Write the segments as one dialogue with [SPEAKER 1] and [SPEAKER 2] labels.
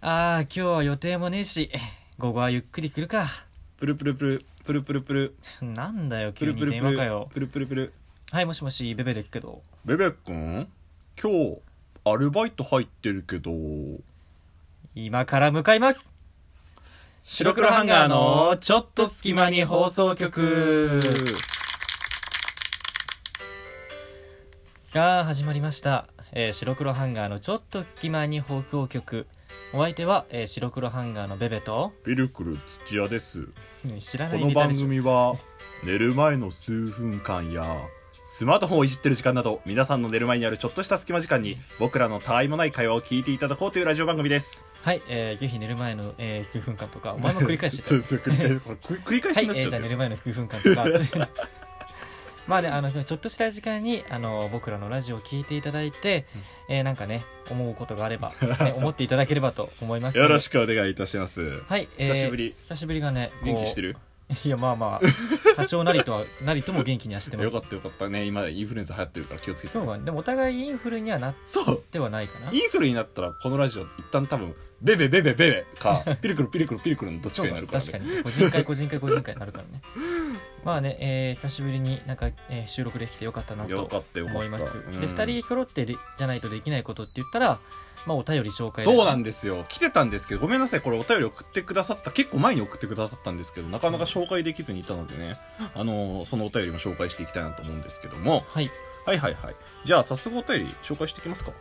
[SPEAKER 1] ああ今日は予定もねえし午後はゆっくりするか
[SPEAKER 2] プルプルプルプルプルプル
[SPEAKER 1] なんだよ
[SPEAKER 2] プ
[SPEAKER 1] 急
[SPEAKER 2] ルプ
[SPEAKER 1] に
[SPEAKER 2] ル
[SPEAKER 1] 電話かよ
[SPEAKER 2] プルプルプル
[SPEAKER 1] はいもしもしベベですけど
[SPEAKER 2] ベベ君今日アルバイト入ってるけど
[SPEAKER 1] 今から向かいます
[SPEAKER 2] 白
[SPEAKER 1] 黒ハンガーの
[SPEAKER 2] ちょっ
[SPEAKER 1] と隙間に放送局さあ始まりました、えー白黒ハンガーのちょっと隙間に放送局お相手は、えー白黒ハンガーのベベと
[SPEAKER 2] ビルクル土屋です
[SPEAKER 1] 知らな
[SPEAKER 2] こ
[SPEAKER 1] い
[SPEAKER 2] の
[SPEAKER 1] ネタ
[SPEAKER 2] 番
[SPEAKER 1] でしょ
[SPEAKER 2] 組は寝る前の数分間やスマートフォンをいじってる時間など皆さんの寝る前にあるちょっとした隙間時間に僕らのたわいもない会話を聞いていただこうというラジオ番組です
[SPEAKER 1] はい、えーぜひ寝る前の、えー数分間とかお前も繰り返し
[SPEAKER 2] そうそう繰り返し これ繰り繰り返し
[SPEAKER 1] はい
[SPEAKER 2] に、なっ
[SPEAKER 1] え
[SPEAKER 2] ち
[SPEAKER 1] ー
[SPEAKER 2] ゃ
[SPEAKER 1] じゃあ
[SPEAKER 2] う
[SPEAKER 1] 寝
[SPEAKER 2] ね
[SPEAKER 1] る前の数分間とか まあねあのちょっとした時間にあの僕らのラジオを聞いていただいて、えーなんかね思うことがあれば、 ね、思っていただければと思います
[SPEAKER 2] よろしくお願いいたします
[SPEAKER 1] はい、えー
[SPEAKER 2] 久しぶり
[SPEAKER 1] 久しぶりがねこう
[SPEAKER 2] 元気してる
[SPEAKER 1] いやまあまあ多少なりとは なりとも元気にはしてます
[SPEAKER 2] よかったよかったね今インフルエンザ流行ってるから気をつけて
[SPEAKER 1] そうねでもお互いインフルにはなっ
[SPEAKER 2] そう
[SPEAKER 1] てはないかな
[SPEAKER 2] インフルになったらこのラジオ一旦多分ベベベベベベ かピルクルピルクルピルクルのどっち
[SPEAKER 1] そ
[SPEAKER 2] か
[SPEAKER 1] う
[SPEAKER 2] にな
[SPEAKER 1] だ
[SPEAKER 2] る
[SPEAKER 1] ね
[SPEAKER 2] から
[SPEAKER 1] 確か
[SPEAKER 2] ね
[SPEAKER 1] に個人会個人会個人会になるからねまあね、えー久しぶりになんか、えー収録できてよかったなと
[SPEAKER 2] よかったよかった
[SPEAKER 1] 思います
[SPEAKER 2] うん
[SPEAKER 1] で2人揃ってでじゃないとできないことって言ったら、まあ、お便り紹介
[SPEAKER 2] そうなん
[SPEAKER 1] だ
[SPEAKER 2] ですよ来てたんですけどごめんなさいこれお便り送ってくださった結構前に送ってくださったんですけどなかなか紹介できずにいたのでね、あのーそのお便りも紹介していきたいなと思うんですけども
[SPEAKER 1] はい、
[SPEAKER 2] はいはいはいじゃあ早速お便り紹介していきますか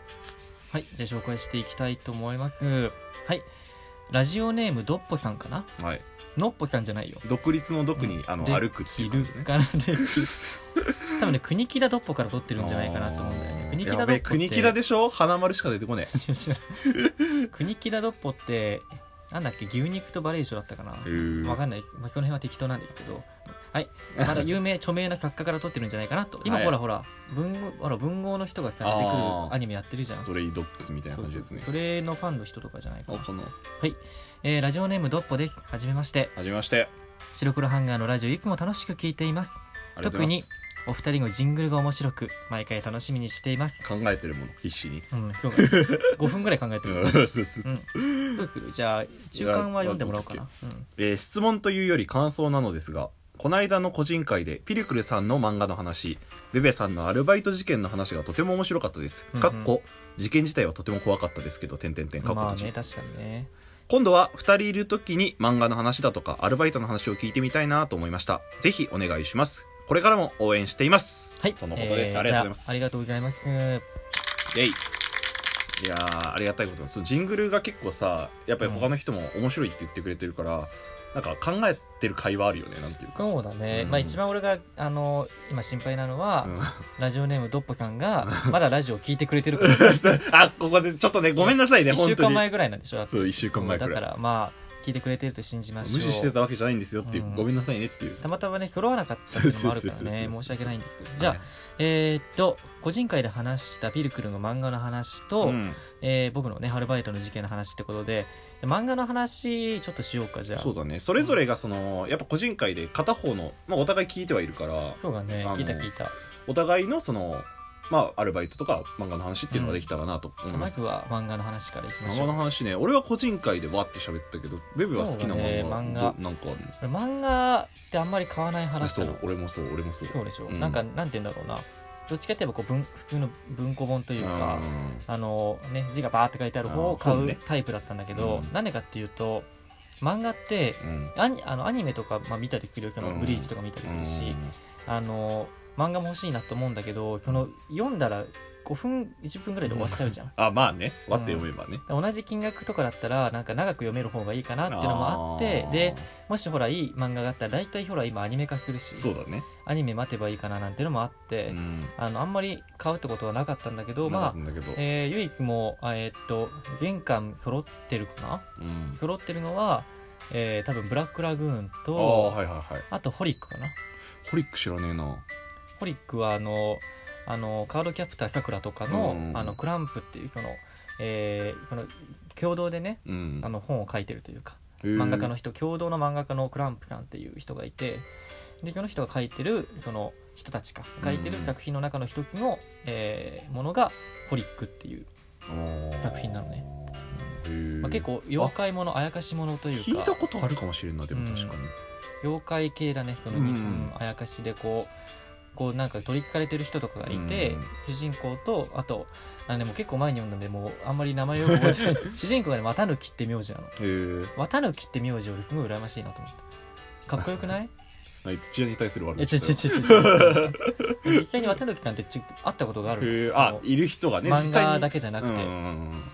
[SPEAKER 1] はい、じゃあ紹介していきたいと思いますはいラジオネームどっぽさんかな
[SPEAKER 2] はい
[SPEAKER 1] のっぽさんじゃないよ
[SPEAKER 2] 独立の独に、
[SPEAKER 1] うん
[SPEAKER 2] あの
[SPEAKER 1] で
[SPEAKER 2] 歩くって
[SPEAKER 1] い
[SPEAKER 2] い
[SPEAKER 1] う
[SPEAKER 2] 感
[SPEAKER 1] る
[SPEAKER 2] じね
[SPEAKER 1] かなで多分ね国木田どっぽから取ってるんじゃないかなと思うんだよね
[SPEAKER 2] あー
[SPEAKER 1] 国木田ど
[SPEAKER 2] や
[SPEAKER 1] っぽ
[SPEAKER 2] べ
[SPEAKER 1] っ
[SPEAKER 2] え
[SPEAKER 1] て
[SPEAKER 2] 国木田でしょ花丸しか出てこねえ
[SPEAKER 1] いや知らない国木田ドッポってなんだっけ牛肉とバレエショだったかな
[SPEAKER 2] へー
[SPEAKER 1] わかんないです、まあ、その辺は適当なんですけどはいまだ有名著名な作家から撮ってるんじゃないかなと今
[SPEAKER 2] はい
[SPEAKER 1] ほらほら文豪ほら文豪の人がさ出てく
[SPEAKER 2] あ
[SPEAKER 1] る
[SPEAKER 2] ー
[SPEAKER 1] アニメやってるじゃん
[SPEAKER 2] ストレイドッグスみたいな
[SPEAKER 1] そう
[SPEAKER 2] 感
[SPEAKER 1] そ
[SPEAKER 2] じ
[SPEAKER 1] う
[SPEAKER 2] です
[SPEAKER 1] そう
[SPEAKER 2] ね
[SPEAKER 1] それのファンの人とかじゃないか
[SPEAKER 2] あ
[SPEAKER 1] な、
[SPEAKER 2] この
[SPEAKER 1] えーラジオネームドッポですはじめまして
[SPEAKER 2] はじめまして
[SPEAKER 1] 白黒ハンガーのラジオいつも楽しく聞いています
[SPEAKER 2] ありがとう
[SPEAKER 1] 特
[SPEAKER 2] ござい
[SPEAKER 1] に
[SPEAKER 2] ます
[SPEAKER 1] お二人のジングルが面白く毎回楽しみにしています
[SPEAKER 2] 考えてるもの必死に
[SPEAKER 1] うんそう だね5分ぐらい考えてる
[SPEAKER 2] うんそうそうそう
[SPEAKER 1] うん、どうするじゃあ中間は読んでもらおうかな、うん、
[SPEAKER 2] えー質問というより感想なのですがこの間の個人会でピルクルさんの漫画の話ベベさんのアルバイト事件の話がとても面白かったです、
[SPEAKER 1] うんうん
[SPEAKER 2] かっこ事件自体はとても怖かったですけど点々点かっこ
[SPEAKER 1] まあ
[SPEAKER 2] 閉じ
[SPEAKER 1] ね確かにね
[SPEAKER 2] 今度は2人いる時に漫画の話だとかアルバイトの話を聞いてみたいなと思いましたぜひお願いしますこれからも応援しています
[SPEAKER 1] はい
[SPEAKER 2] とのことです、
[SPEAKER 1] えー
[SPEAKER 2] ありがとうございま
[SPEAKER 1] じ
[SPEAKER 2] す
[SPEAKER 1] ゃあありがとうございます
[SPEAKER 2] イエイいやーありがたいことにそのジングルが結構さやっぱり他の人も面白いって言ってくれてるから、なんか考えてる会話あるよねなんていうか
[SPEAKER 1] そうだね、
[SPEAKER 2] うん
[SPEAKER 1] まあ一番俺があの今心配なのは、
[SPEAKER 2] うん
[SPEAKER 1] ラジオネームドッポさんがまだラジオ聞いてくれてるから
[SPEAKER 2] あここでちょっとねごめんなさいね
[SPEAKER 1] 1週
[SPEAKER 2] 本当
[SPEAKER 1] 間
[SPEAKER 2] に
[SPEAKER 1] 前ぐらいなんでしょだって
[SPEAKER 2] そう一週間前ぐらい
[SPEAKER 1] そうだからまあ聞いてくれてると信じましょう
[SPEAKER 2] 無視してたわけじゃないんですよっていう、
[SPEAKER 1] うん
[SPEAKER 2] ごめんなさいねっていう
[SPEAKER 1] たまたまね揃わなかったっていうのもあるか
[SPEAKER 2] そうそうそ
[SPEAKER 1] ら
[SPEAKER 2] うそう
[SPEAKER 1] ね
[SPEAKER 2] そう
[SPEAKER 1] 申し訳ないんですけどじゃあ、えーっと個人会で話したピルクルの漫画の話と、
[SPEAKER 2] はいうん
[SPEAKER 1] えー僕のねアルバイトの事件の話ってことで漫画の話ちょっとしようかじゃあ
[SPEAKER 2] そうだねそれぞれがそのやっぱ個人会で片方の、まあ、お互い聞いてはいるから
[SPEAKER 1] そうだね
[SPEAKER 2] あの
[SPEAKER 1] 聞いた聞いた
[SPEAKER 2] お互いのそのまあアルバイトとか漫画の話っていうのができたらなと
[SPEAKER 1] じゃ
[SPEAKER 2] 思い
[SPEAKER 1] あま
[SPEAKER 2] ます、
[SPEAKER 1] ずは漫画の話からいきま
[SPEAKER 2] 漫
[SPEAKER 1] し
[SPEAKER 2] 画
[SPEAKER 1] ょう
[SPEAKER 2] の話ね俺は個人会でわーって喋ったけどベブは好きな漫
[SPEAKER 1] そう
[SPEAKER 2] 画,、
[SPEAKER 1] だね漫画
[SPEAKER 2] どなんかあるの
[SPEAKER 1] 俺漫画ってあんまり買わない
[SPEAKER 2] あ
[SPEAKER 1] 話
[SPEAKER 2] そ
[SPEAKER 1] だ
[SPEAKER 2] う
[SPEAKER 1] ろ
[SPEAKER 2] 俺もそう俺もそう
[SPEAKER 1] そうでしょ、
[SPEAKER 2] うん
[SPEAKER 1] なんかなんて言うんだろうなどっちかって言えばこう文普通の文庫本というか
[SPEAKER 2] うん
[SPEAKER 1] あのね字がバーって書いてある方を
[SPEAKER 2] あー
[SPEAKER 1] 買
[SPEAKER 2] 本
[SPEAKER 1] う
[SPEAKER 2] ね
[SPEAKER 1] タイプだったんだけど、
[SPEAKER 2] うん
[SPEAKER 1] なんでかっていうと漫画って
[SPEAKER 2] うん
[SPEAKER 1] アニあのアニメとか、まあ、見たりするよその
[SPEAKER 2] うん
[SPEAKER 1] ブリーチとか見たりするし、あの漫画も欲しいなと思うんだけどその読んだら5分10分ぐらいで終わっちゃうじゃん、
[SPEAKER 2] あまあねわって読めばね、
[SPEAKER 1] 同じ金額とかだったらなんか長く読める方がいいかなっていうのもあって
[SPEAKER 2] ー
[SPEAKER 1] でもしほらいい漫画があったら大体ほら今アニメ化するし
[SPEAKER 2] そうだね、
[SPEAKER 1] アニメ待てばいいかななんていうのもあって、
[SPEAKER 2] うん
[SPEAKER 1] あのあんまり買うってことはなかったんだけど
[SPEAKER 2] なかっ
[SPEAKER 1] ま
[SPEAKER 2] た
[SPEAKER 1] あ
[SPEAKER 2] んだけど、
[SPEAKER 1] えー唯一もうあえーっと全巻揃ってるかな
[SPEAKER 2] うん
[SPEAKER 1] 揃ってるのは、えー多分ブラックラグーン
[SPEAKER 2] ああ
[SPEAKER 1] とあ,、
[SPEAKER 2] はいはいはい
[SPEAKER 1] とホリックかな
[SPEAKER 2] ホリック知らねえな
[SPEAKER 1] ホリックはあのあのカードキャプターさくらとかの,、
[SPEAKER 2] うん
[SPEAKER 1] あのクランプっていうその,、えーその共同でね
[SPEAKER 2] うん
[SPEAKER 1] あの本を書いてるというか
[SPEAKER 2] へえ
[SPEAKER 1] 漫画家の人共同の漫画家のクランプさんっていう人がいてでその人が書いてるその人たちか書いてる
[SPEAKER 2] うん
[SPEAKER 1] 作品の中の一つの、えーものがホリックっていう
[SPEAKER 2] あー
[SPEAKER 1] 作品なのねまあ、結構妖怪ものあやかしものという
[SPEAKER 2] 聞い
[SPEAKER 1] か
[SPEAKER 2] たことあるかもしれんなでも確かに、
[SPEAKER 1] 妖怪系だねその
[SPEAKER 2] うん
[SPEAKER 1] 日本あやかしでこうこうなんか取りつかれてる人とかがいて、
[SPEAKER 2] うん
[SPEAKER 1] 主人公とあとあのでも結構前に読んだんでもうあんまり名前よく覚えてない 主人公がね綿貫って名字なの
[SPEAKER 2] へえ
[SPEAKER 1] 綿貫って名字俺すごい羨ましいなと思ったかっこよくない
[SPEAKER 2] あい土屋に対する悪
[SPEAKER 1] え
[SPEAKER 2] 口
[SPEAKER 1] ちょちょちょちょち ょ実際に綿貫さんってちょっと会ったことがあるの
[SPEAKER 2] へえ
[SPEAKER 1] そ
[SPEAKER 2] あ
[SPEAKER 1] の
[SPEAKER 2] いる人がね
[SPEAKER 1] 漫画だ
[SPEAKER 2] け
[SPEAKER 1] けじゃなくて、
[SPEAKER 2] うんうんう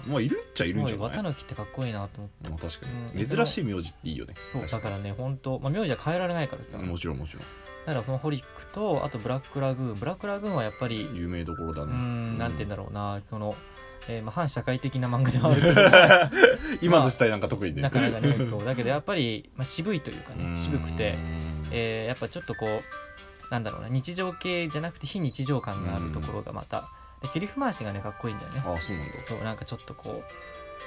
[SPEAKER 2] んまあいるっちゃい
[SPEAKER 1] す
[SPEAKER 2] るん
[SPEAKER 1] ご
[SPEAKER 2] じ
[SPEAKER 1] い
[SPEAKER 2] ゃない
[SPEAKER 1] 綿貫ってかっこいいなと思って
[SPEAKER 2] まあ確か
[SPEAKER 1] う
[SPEAKER 2] に
[SPEAKER 1] ん
[SPEAKER 2] 珍しい名字っていいよね
[SPEAKER 1] そうだ
[SPEAKER 2] 確
[SPEAKER 1] か
[SPEAKER 2] から
[SPEAKER 1] ね本当まあ名字は変えられないからさ、
[SPEAKER 2] にもちろんもちろ
[SPEAKER 1] だからこのホリックとあとブラックラグーンブラックラグーンはやっぱり
[SPEAKER 2] ん有名どころだ
[SPEAKER 1] う
[SPEAKER 2] ね
[SPEAKER 1] んなんて言うんだ
[SPEAKER 2] ろ
[SPEAKER 1] ろうなその、えーまあ、反社会的な漫画ではあ る
[SPEAKER 2] 今の時代なんか特に
[SPEAKER 1] け
[SPEAKER 2] ね
[SPEAKER 1] どなかなかねそうだけどやっぱり、まあ、渋いというか
[SPEAKER 2] う
[SPEAKER 1] ね
[SPEAKER 2] ん
[SPEAKER 1] 渋くて、えーやっぱちょっとこうなんだろうな日常系じゃなくて非日常感があるところがまたでセリフ回しがねかっこいいんだよね
[SPEAKER 2] あそうなんだ
[SPEAKER 1] そうなんかちょっとこう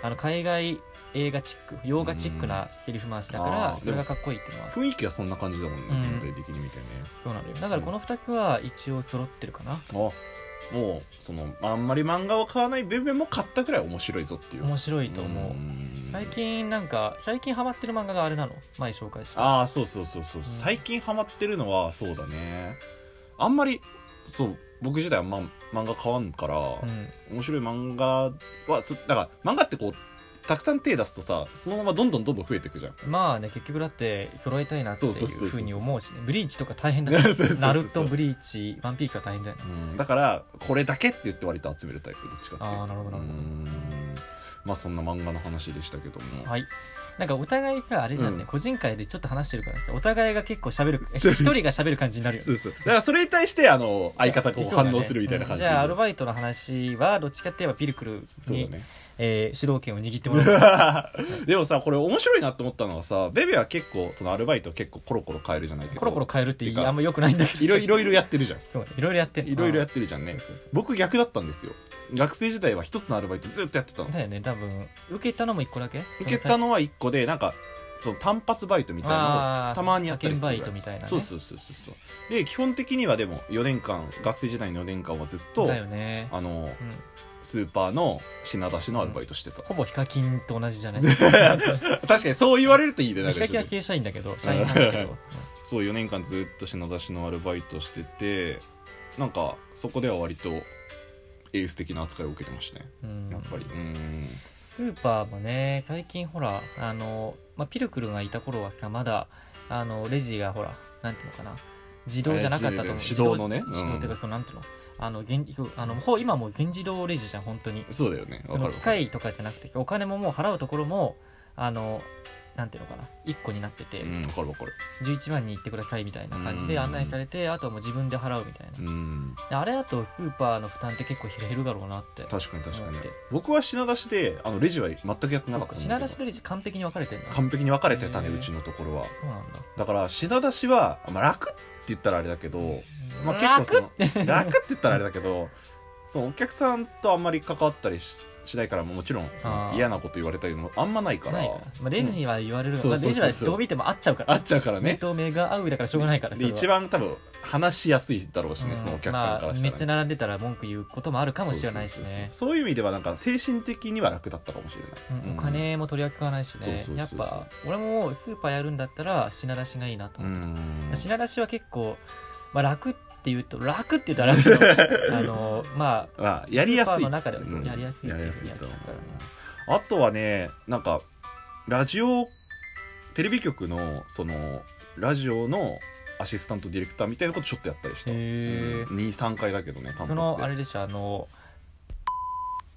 [SPEAKER 1] あの海外映画チック洋画チックなセリフ回しだか
[SPEAKER 2] あ
[SPEAKER 1] ら
[SPEAKER 2] ー
[SPEAKER 1] それがかっこいいっていうのは
[SPEAKER 2] 雰囲気がそんな感じだもん
[SPEAKER 1] う
[SPEAKER 2] ね
[SPEAKER 1] ん
[SPEAKER 2] 全体的に見てね
[SPEAKER 1] そうなのよだからこの2つは一応揃ってるかな
[SPEAKER 2] あもうそのあんまり漫画を買わないベベも買ったくらい面白いぞっていう
[SPEAKER 1] 面白いと思う、
[SPEAKER 2] ん
[SPEAKER 1] 最近なんか最近ハマってる漫画があれなの前紹介した
[SPEAKER 2] ああそうそうそうそう、最近ハマってるのはそうだねあんまりそう僕自体は、ま、漫画買わんから、
[SPEAKER 1] うん
[SPEAKER 2] 面白い漫画はそだから漫画ってこうたくさん手出すとさそのままどんどんどんどん増えていくじゃん
[SPEAKER 1] まあね結局だって揃えたいなっていう
[SPEAKER 2] そうそうそうそ
[SPEAKER 1] ふう
[SPEAKER 2] う
[SPEAKER 1] に思うしねブリーチとか大変だ
[SPEAKER 2] そうそうそうそ
[SPEAKER 1] し
[SPEAKER 2] う
[SPEAKER 1] ナルトブリーチワンピースは大変だよね
[SPEAKER 2] うんだからこれだけって言って割と集めるタイプどっちかっていうと
[SPEAKER 1] あーなるほどなるほど
[SPEAKER 2] うんまあそんな漫画の話でしたけども、
[SPEAKER 1] はいなんかお互いさあれじゃんね、
[SPEAKER 2] うん
[SPEAKER 1] 個人会でちょっと話してるからさお互いが結構喋る
[SPEAKER 2] そう
[SPEAKER 1] 一人が喋る感じになるよね
[SPEAKER 2] そうそうだからそれに対してあの相方がこう
[SPEAKER 1] そうだ
[SPEAKER 2] 反
[SPEAKER 1] ね
[SPEAKER 2] 応するみたいな感じ
[SPEAKER 1] うん
[SPEAKER 2] で、
[SPEAKER 1] じゃあアルバイトの話はどっちかって言えばピルクル
[SPEAKER 2] そう
[SPEAKER 1] に、
[SPEAKER 2] だね
[SPEAKER 1] えー主導権を握ってもらう
[SPEAKER 2] でもさこれ面白いなと思ったのはさベベは結構そのアルバイト結構コロコロ変えるじゃないけど
[SPEAKER 1] コロコロ変えるってい
[SPEAKER 2] て
[SPEAKER 1] い
[SPEAKER 2] か
[SPEAKER 1] あんま良くないんだけど
[SPEAKER 2] いろいろいろやってるじゃん
[SPEAKER 1] そういろいろやってんの
[SPEAKER 2] いろいろやってるじゃんね
[SPEAKER 1] そうそうそう
[SPEAKER 2] 僕逆だったんですよ学生時代は一つのアルバイトずっとやってたの
[SPEAKER 1] だよね多分受けたのも一個だけ
[SPEAKER 2] 受けたのは1個でなんかその単発バイトみたいなの
[SPEAKER 1] あ
[SPEAKER 2] を
[SPEAKER 1] ー
[SPEAKER 2] たまにやったりするぐらい
[SPEAKER 1] 派遣バイトみたいなね
[SPEAKER 2] そうそうそうそうそうで基本的にはでも4年間学生時代の4年間はずっと
[SPEAKER 1] だよね、
[SPEAKER 2] あの
[SPEAKER 1] うん、
[SPEAKER 2] スーパーの品出しのアルバイトしてた、
[SPEAKER 1] ほぼヒカキンと同じじゃない
[SPEAKER 2] 確かにそう言われるといいでなん
[SPEAKER 1] ヒ
[SPEAKER 2] か
[SPEAKER 1] カ
[SPEAKER 2] ち
[SPEAKER 1] キン
[SPEAKER 2] ょ
[SPEAKER 1] は
[SPEAKER 2] っと
[SPEAKER 1] 正社員だけど社員なんだけ ど
[SPEAKER 2] そう4年間ずっと品出しのアルバイトしててなんかそこでは割とエース的な扱いを受けてましたね
[SPEAKER 1] うん
[SPEAKER 2] やっぱりうん
[SPEAKER 1] スーパーもね最近ほらあの、まあ、ピルクルがいた頃はさまだあのレジがほらなんていうのかな自動じゃなかったと思う
[SPEAKER 2] え自動のね
[SPEAKER 1] 自動
[SPEAKER 2] う
[SPEAKER 1] 自
[SPEAKER 2] ん
[SPEAKER 1] 動っていうかそのなんていうのあの全そうあのほう今もう全自動レジじゃん本当に
[SPEAKER 2] そうだよね
[SPEAKER 1] そ
[SPEAKER 2] わか
[SPEAKER 1] の
[SPEAKER 2] る
[SPEAKER 1] 機
[SPEAKER 2] わかる
[SPEAKER 1] 械とかじゃなくてお金ももう払うところもあのなんていうのかな一個になってて、
[SPEAKER 2] うんわかるわかる
[SPEAKER 1] 11番に行ってくださいみたいな感じ
[SPEAKER 2] う
[SPEAKER 1] で
[SPEAKER 2] ん
[SPEAKER 1] 案内されてあとはもう自分で払うみたいな、
[SPEAKER 2] うん
[SPEAKER 1] であれだとスーパーの負担って結構減るだろうなって
[SPEAKER 2] 確かに確かに
[SPEAKER 1] 思って
[SPEAKER 2] 僕は品出しであのレジは全くやって
[SPEAKER 1] そう
[SPEAKER 2] なかっ
[SPEAKER 1] か
[SPEAKER 2] た
[SPEAKER 1] 品出し
[SPEAKER 2] し
[SPEAKER 1] のレジ完璧に分かれてんだ
[SPEAKER 2] 完璧に分かれてたね
[SPEAKER 1] へー
[SPEAKER 2] うちのところは
[SPEAKER 1] そうなんだ、
[SPEAKER 2] だから品出しは、まあ、楽って言ったらあれだけど、まあ、結構その楽って言ったらあれだけどそうお客さんとあんまり関わったりししないからもちろんその
[SPEAKER 1] あー
[SPEAKER 2] 嫌なこと言われたりもあんまないから
[SPEAKER 1] ないから、まあ、レジには言われるが、
[SPEAKER 2] うん
[SPEAKER 1] まあ
[SPEAKER 2] そう
[SPEAKER 1] レジ
[SPEAKER 2] そうそ
[SPEAKER 1] は
[SPEAKER 2] うそう
[SPEAKER 1] どう見ても合っちゃうから
[SPEAKER 2] あっちゃうから
[SPEAKER 1] 目
[SPEAKER 2] ね
[SPEAKER 1] と目が合うだからしょうがないから
[SPEAKER 2] で一番多分話しやすいだろうしね、そのお客さんから
[SPEAKER 1] まあ、
[SPEAKER 2] したらね、
[SPEAKER 1] めっちゃ並んでたら文句言うこともあるかもしれないしね
[SPEAKER 2] そうそうそうそうそういう意味ではなんか精神的には楽だったかもしれない、
[SPEAKER 1] うんお金も取り扱わないし
[SPEAKER 2] そうそう
[SPEAKER 1] ね
[SPEAKER 2] そうそう
[SPEAKER 1] やっぱ俺もスーパーやるんだったら品出しがいいなと
[SPEAKER 2] う
[SPEAKER 1] 思って
[SPEAKER 2] ん
[SPEAKER 1] 品出しは結構、まあ、楽って言うと楽って言うとあれだけ どあのまあ
[SPEAKER 2] まあ、やりやす
[SPEAKER 1] ス
[SPEAKER 2] い
[SPEAKER 1] ーパーの中ではそう
[SPEAKER 2] うん
[SPEAKER 1] やりやすいっていうふうに
[SPEAKER 2] や
[SPEAKER 1] やっ
[SPEAKER 2] り
[SPEAKER 1] てる
[SPEAKER 2] やすい
[SPEAKER 1] か
[SPEAKER 2] と
[SPEAKER 1] ら
[SPEAKER 2] 思
[SPEAKER 1] ね
[SPEAKER 2] うあとはねなんかラジオテレビ局のそのラジオのアシスタントディレクターみたいなことちょっとやったりした、
[SPEAKER 1] へー
[SPEAKER 2] 23回だけどね単
[SPEAKER 1] そのあ
[SPEAKER 2] 発
[SPEAKER 1] れでしょあの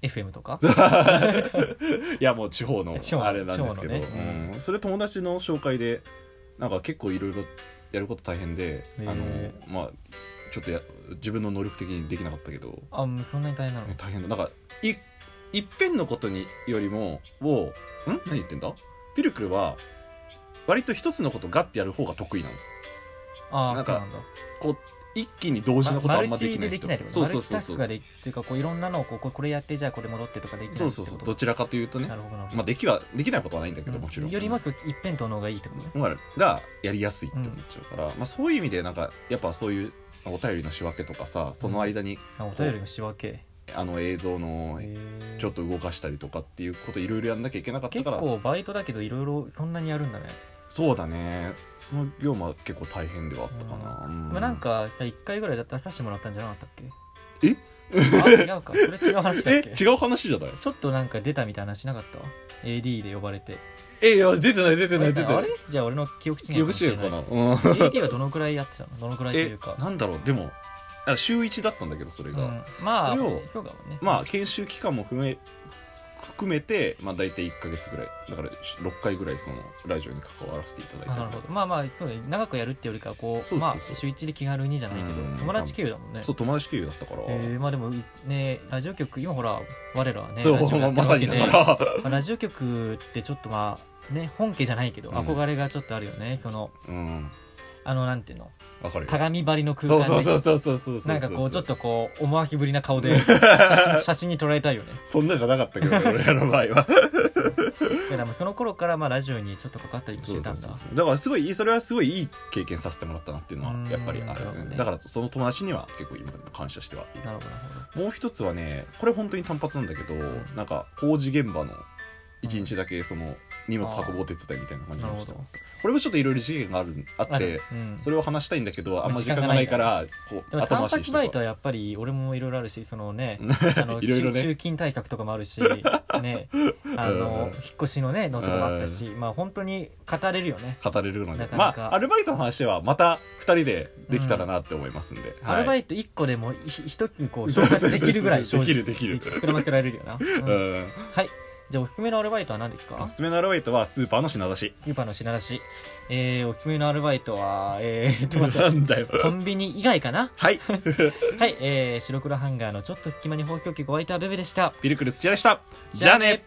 [SPEAKER 1] FM とか
[SPEAKER 2] で いやもう地方の
[SPEAKER 1] 地方の
[SPEAKER 2] あれなんですけど、
[SPEAKER 1] 地方のね
[SPEAKER 2] うんそれ友達の紹介でなんか結構いろいろやること大変であ
[SPEAKER 1] へ
[SPEAKER 2] の
[SPEAKER 1] ー
[SPEAKER 2] まあちょっとや自分の能力的にできなかったけど
[SPEAKER 1] あもうそんなに大変なの
[SPEAKER 2] え大変だなんかいいっぺんのことによりもをん何言ってんだピルクルは割と一つのことガッてやる方が得意なの
[SPEAKER 1] あ
[SPEAKER 2] な
[SPEAKER 1] あそ
[SPEAKER 2] んか
[SPEAKER 1] うなんだ
[SPEAKER 2] こう一気に同時のこと
[SPEAKER 1] ま
[SPEAKER 2] あ
[SPEAKER 1] マ
[SPEAKER 2] ん
[SPEAKER 1] ル
[SPEAKER 2] まで
[SPEAKER 1] チ
[SPEAKER 2] きな
[SPEAKER 1] でで
[SPEAKER 2] い人
[SPEAKER 1] きないってこと
[SPEAKER 2] そう
[SPEAKER 1] マル
[SPEAKER 2] そう
[SPEAKER 1] チ
[SPEAKER 2] そ
[SPEAKER 1] タ
[SPEAKER 2] う
[SPEAKER 1] ス
[SPEAKER 2] そ
[SPEAKER 1] ク
[SPEAKER 2] う
[SPEAKER 1] がでっていうかこういろんなのをこうこれやってじゃあこれ戻ってとかできないって
[SPEAKER 2] そ
[SPEAKER 1] こ
[SPEAKER 2] う
[SPEAKER 1] と
[SPEAKER 2] そうそうどちらかというとね
[SPEAKER 1] なるほどなるほ
[SPEAKER 2] まあ
[SPEAKER 1] ど
[SPEAKER 2] できはできないことはないんだけど
[SPEAKER 1] うん
[SPEAKER 2] もちろん
[SPEAKER 1] よりもその一辺倒の方がいいってことね
[SPEAKER 2] まあがやりやすいって思っちゃうから、まあそういう意味でなんかやっぱそういうお便りの仕分けとかさその間に
[SPEAKER 1] あお便りの仕分け
[SPEAKER 2] あの映像のちょっと動かしたりとかっていうこといろいろやんなきゃいけなかった
[SPEAKER 1] 結
[SPEAKER 2] から
[SPEAKER 1] 構バイトだけどいろいろそんなにやるんだね、
[SPEAKER 2] そうだねその業務は結構大変ではあったかな、う
[SPEAKER 1] まあ、なんかさ1回ぐらいだって出させてもらったんじゃなかったっけ
[SPEAKER 2] え
[SPEAKER 1] あ違うかそれ違う話だっ
[SPEAKER 2] え
[SPEAKER 1] け
[SPEAKER 2] 違う話じゃない
[SPEAKER 1] ちょっとなんか出たみたいな話しなかった AD で呼ばれて
[SPEAKER 2] えいや出てない出てない出て
[SPEAKER 1] あ
[SPEAKER 2] ない
[SPEAKER 1] れじゃあ俺の記憶違い
[SPEAKER 2] よく
[SPEAKER 1] し
[SPEAKER 2] し
[SPEAKER 1] て
[SPEAKER 2] る
[SPEAKER 1] れ
[SPEAKER 2] か
[SPEAKER 1] ない
[SPEAKER 2] な、うん
[SPEAKER 1] AD はどのくらいやってたのどのくらいとい
[SPEAKER 2] え
[SPEAKER 1] うか
[SPEAKER 2] なんだろうでもあ週1だったんだけどそれが、
[SPEAKER 1] うんまあ
[SPEAKER 2] それを
[SPEAKER 1] そうかもね
[SPEAKER 2] まあ研修期間も含め含めて、まあ、大体1か月ぐらいだから6回ぐらいそのラジオに関わらせていただい
[SPEAKER 1] あ
[SPEAKER 2] た
[SPEAKER 1] なるほどまあまあそうだね長くやるってよりかはこう
[SPEAKER 2] そうそうそう
[SPEAKER 1] まあ週一で気軽にじゃないけど
[SPEAKER 2] うん
[SPEAKER 1] 友達経由だもんね
[SPEAKER 2] そう友達経由だったから、
[SPEAKER 1] えーまあでもいねラジオ局今ほら我らはねラジ
[SPEAKER 2] そ
[SPEAKER 1] オ
[SPEAKER 2] う
[SPEAKER 1] やっ
[SPEAKER 2] ま
[SPEAKER 1] て
[SPEAKER 2] ま
[SPEAKER 1] る
[SPEAKER 2] さ
[SPEAKER 1] わ
[SPEAKER 2] に
[SPEAKER 1] け
[SPEAKER 2] だ
[SPEAKER 1] で
[SPEAKER 2] から
[SPEAKER 1] まあラジオ局ってちょっとまあね本家じゃないけど
[SPEAKER 2] うん
[SPEAKER 1] 憧れがちょっとあるよね、その
[SPEAKER 2] うん
[SPEAKER 1] あのなんていうの
[SPEAKER 2] わかるよ
[SPEAKER 1] 鏡張りの空間
[SPEAKER 2] そう
[SPEAKER 1] で
[SPEAKER 2] そうそうそうそうそうそう
[SPEAKER 1] なんかこうちょっ
[SPEAKER 2] と
[SPEAKER 1] とこう思わきぶりな顔で 写真写真に捉えたいよね
[SPEAKER 2] そんなじゃなかったけ どね俺らの場合は
[SPEAKER 1] だからもうその頃からまあラジオにちょっとかかったりもし
[SPEAKER 2] そ
[SPEAKER 1] て
[SPEAKER 2] うそ
[SPEAKER 1] た
[SPEAKER 2] う
[SPEAKER 1] だ
[SPEAKER 2] んそうそうだからすごいいいそれはすごいいい経験させてもらったなっていうの
[SPEAKER 1] うん
[SPEAKER 2] はやっぱり
[SPEAKER 1] な
[SPEAKER 2] あるよ
[SPEAKER 1] るほどね
[SPEAKER 2] ねだからその友達には結構今でも感謝してはいる
[SPEAKER 1] なるほどなるほど
[SPEAKER 2] もう一つはねこれ本当に単発なんだけど
[SPEAKER 1] ん
[SPEAKER 2] なんか工事現場の一日だけその荷物運ぼう手伝いみたいな感じ
[SPEAKER 1] なる
[SPEAKER 2] の
[SPEAKER 1] ほ
[SPEAKER 2] 人
[SPEAKER 1] ど
[SPEAKER 2] これもちょっといろいろ事件があるあっ
[SPEAKER 1] あ
[SPEAKER 2] て
[SPEAKER 1] るうん
[SPEAKER 2] それを話したいんだけどあんま時間
[SPEAKER 1] 時間
[SPEAKER 2] が
[SPEAKER 1] がな
[SPEAKER 2] ないい
[SPEAKER 1] か
[SPEAKER 2] かららこ
[SPEAKER 1] で
[SPEAKER 2] う
[SPEAKER 1] も
[SPEAKER 2] 後
[SPEAKER 1] 単
[SPEAKER 2] 回しにし
[SPEAKER 1] 発
[SPEAKER 2] て
[SPEAKER 1] バイトはやっぱり俺もいろいろあるしその ねあの
[SPEAKER 2] いろいろね
[SPEAKER 1] 中中勤対策とかもある しねあの、
[SPEAKER 2] うん
[SPEAKER 1] 引っ越しのねのとこもあったし、まあ本当に語れるよね、
[SPEAKER 2] 語れるので
[SPEAKER 1] なか
[SPEAKER 2] ま
[SPEAKER 1] なか
[SPEAKER 2] あアルバイトの話はまた2人でできたらなって思いますんで、はい
[SPEAKER 1] アルバイト1個でもひ一つこう消化できるぐらい
[SPEAKER 2] そう
[SPEAKER 1] 正
[SPEAKER 2] そうそ
[SPEAKER 1] 直
[SPEAKER 2] うそうできるできる
[SPEAKER 1] 膨らませられるよな、うん
[SPEAKER 2] うん
[SPEAKER 1] はいじゃあおすすめのアルバイトは何ですか
[SPEAKER 2] おすすめのアルバイトはスーパーの品出し
[SPEAKER 1] スーパーの品出しえー、おすすめのアルバイトはえー、っと 待っ
[SPEAKER 2] な
[SPEAKER 1] て
[SPEAKER 2] んだよ
[SPEAKER 1] コンビニ以外かな
[SPEAKER 2] はい
[SPEAKER 1] はい、えー、白黒ハンガーのちょっと隙間に放送局お相手はベベでした
[SPEAKER 2] ビルクル土屋でしたじゃあね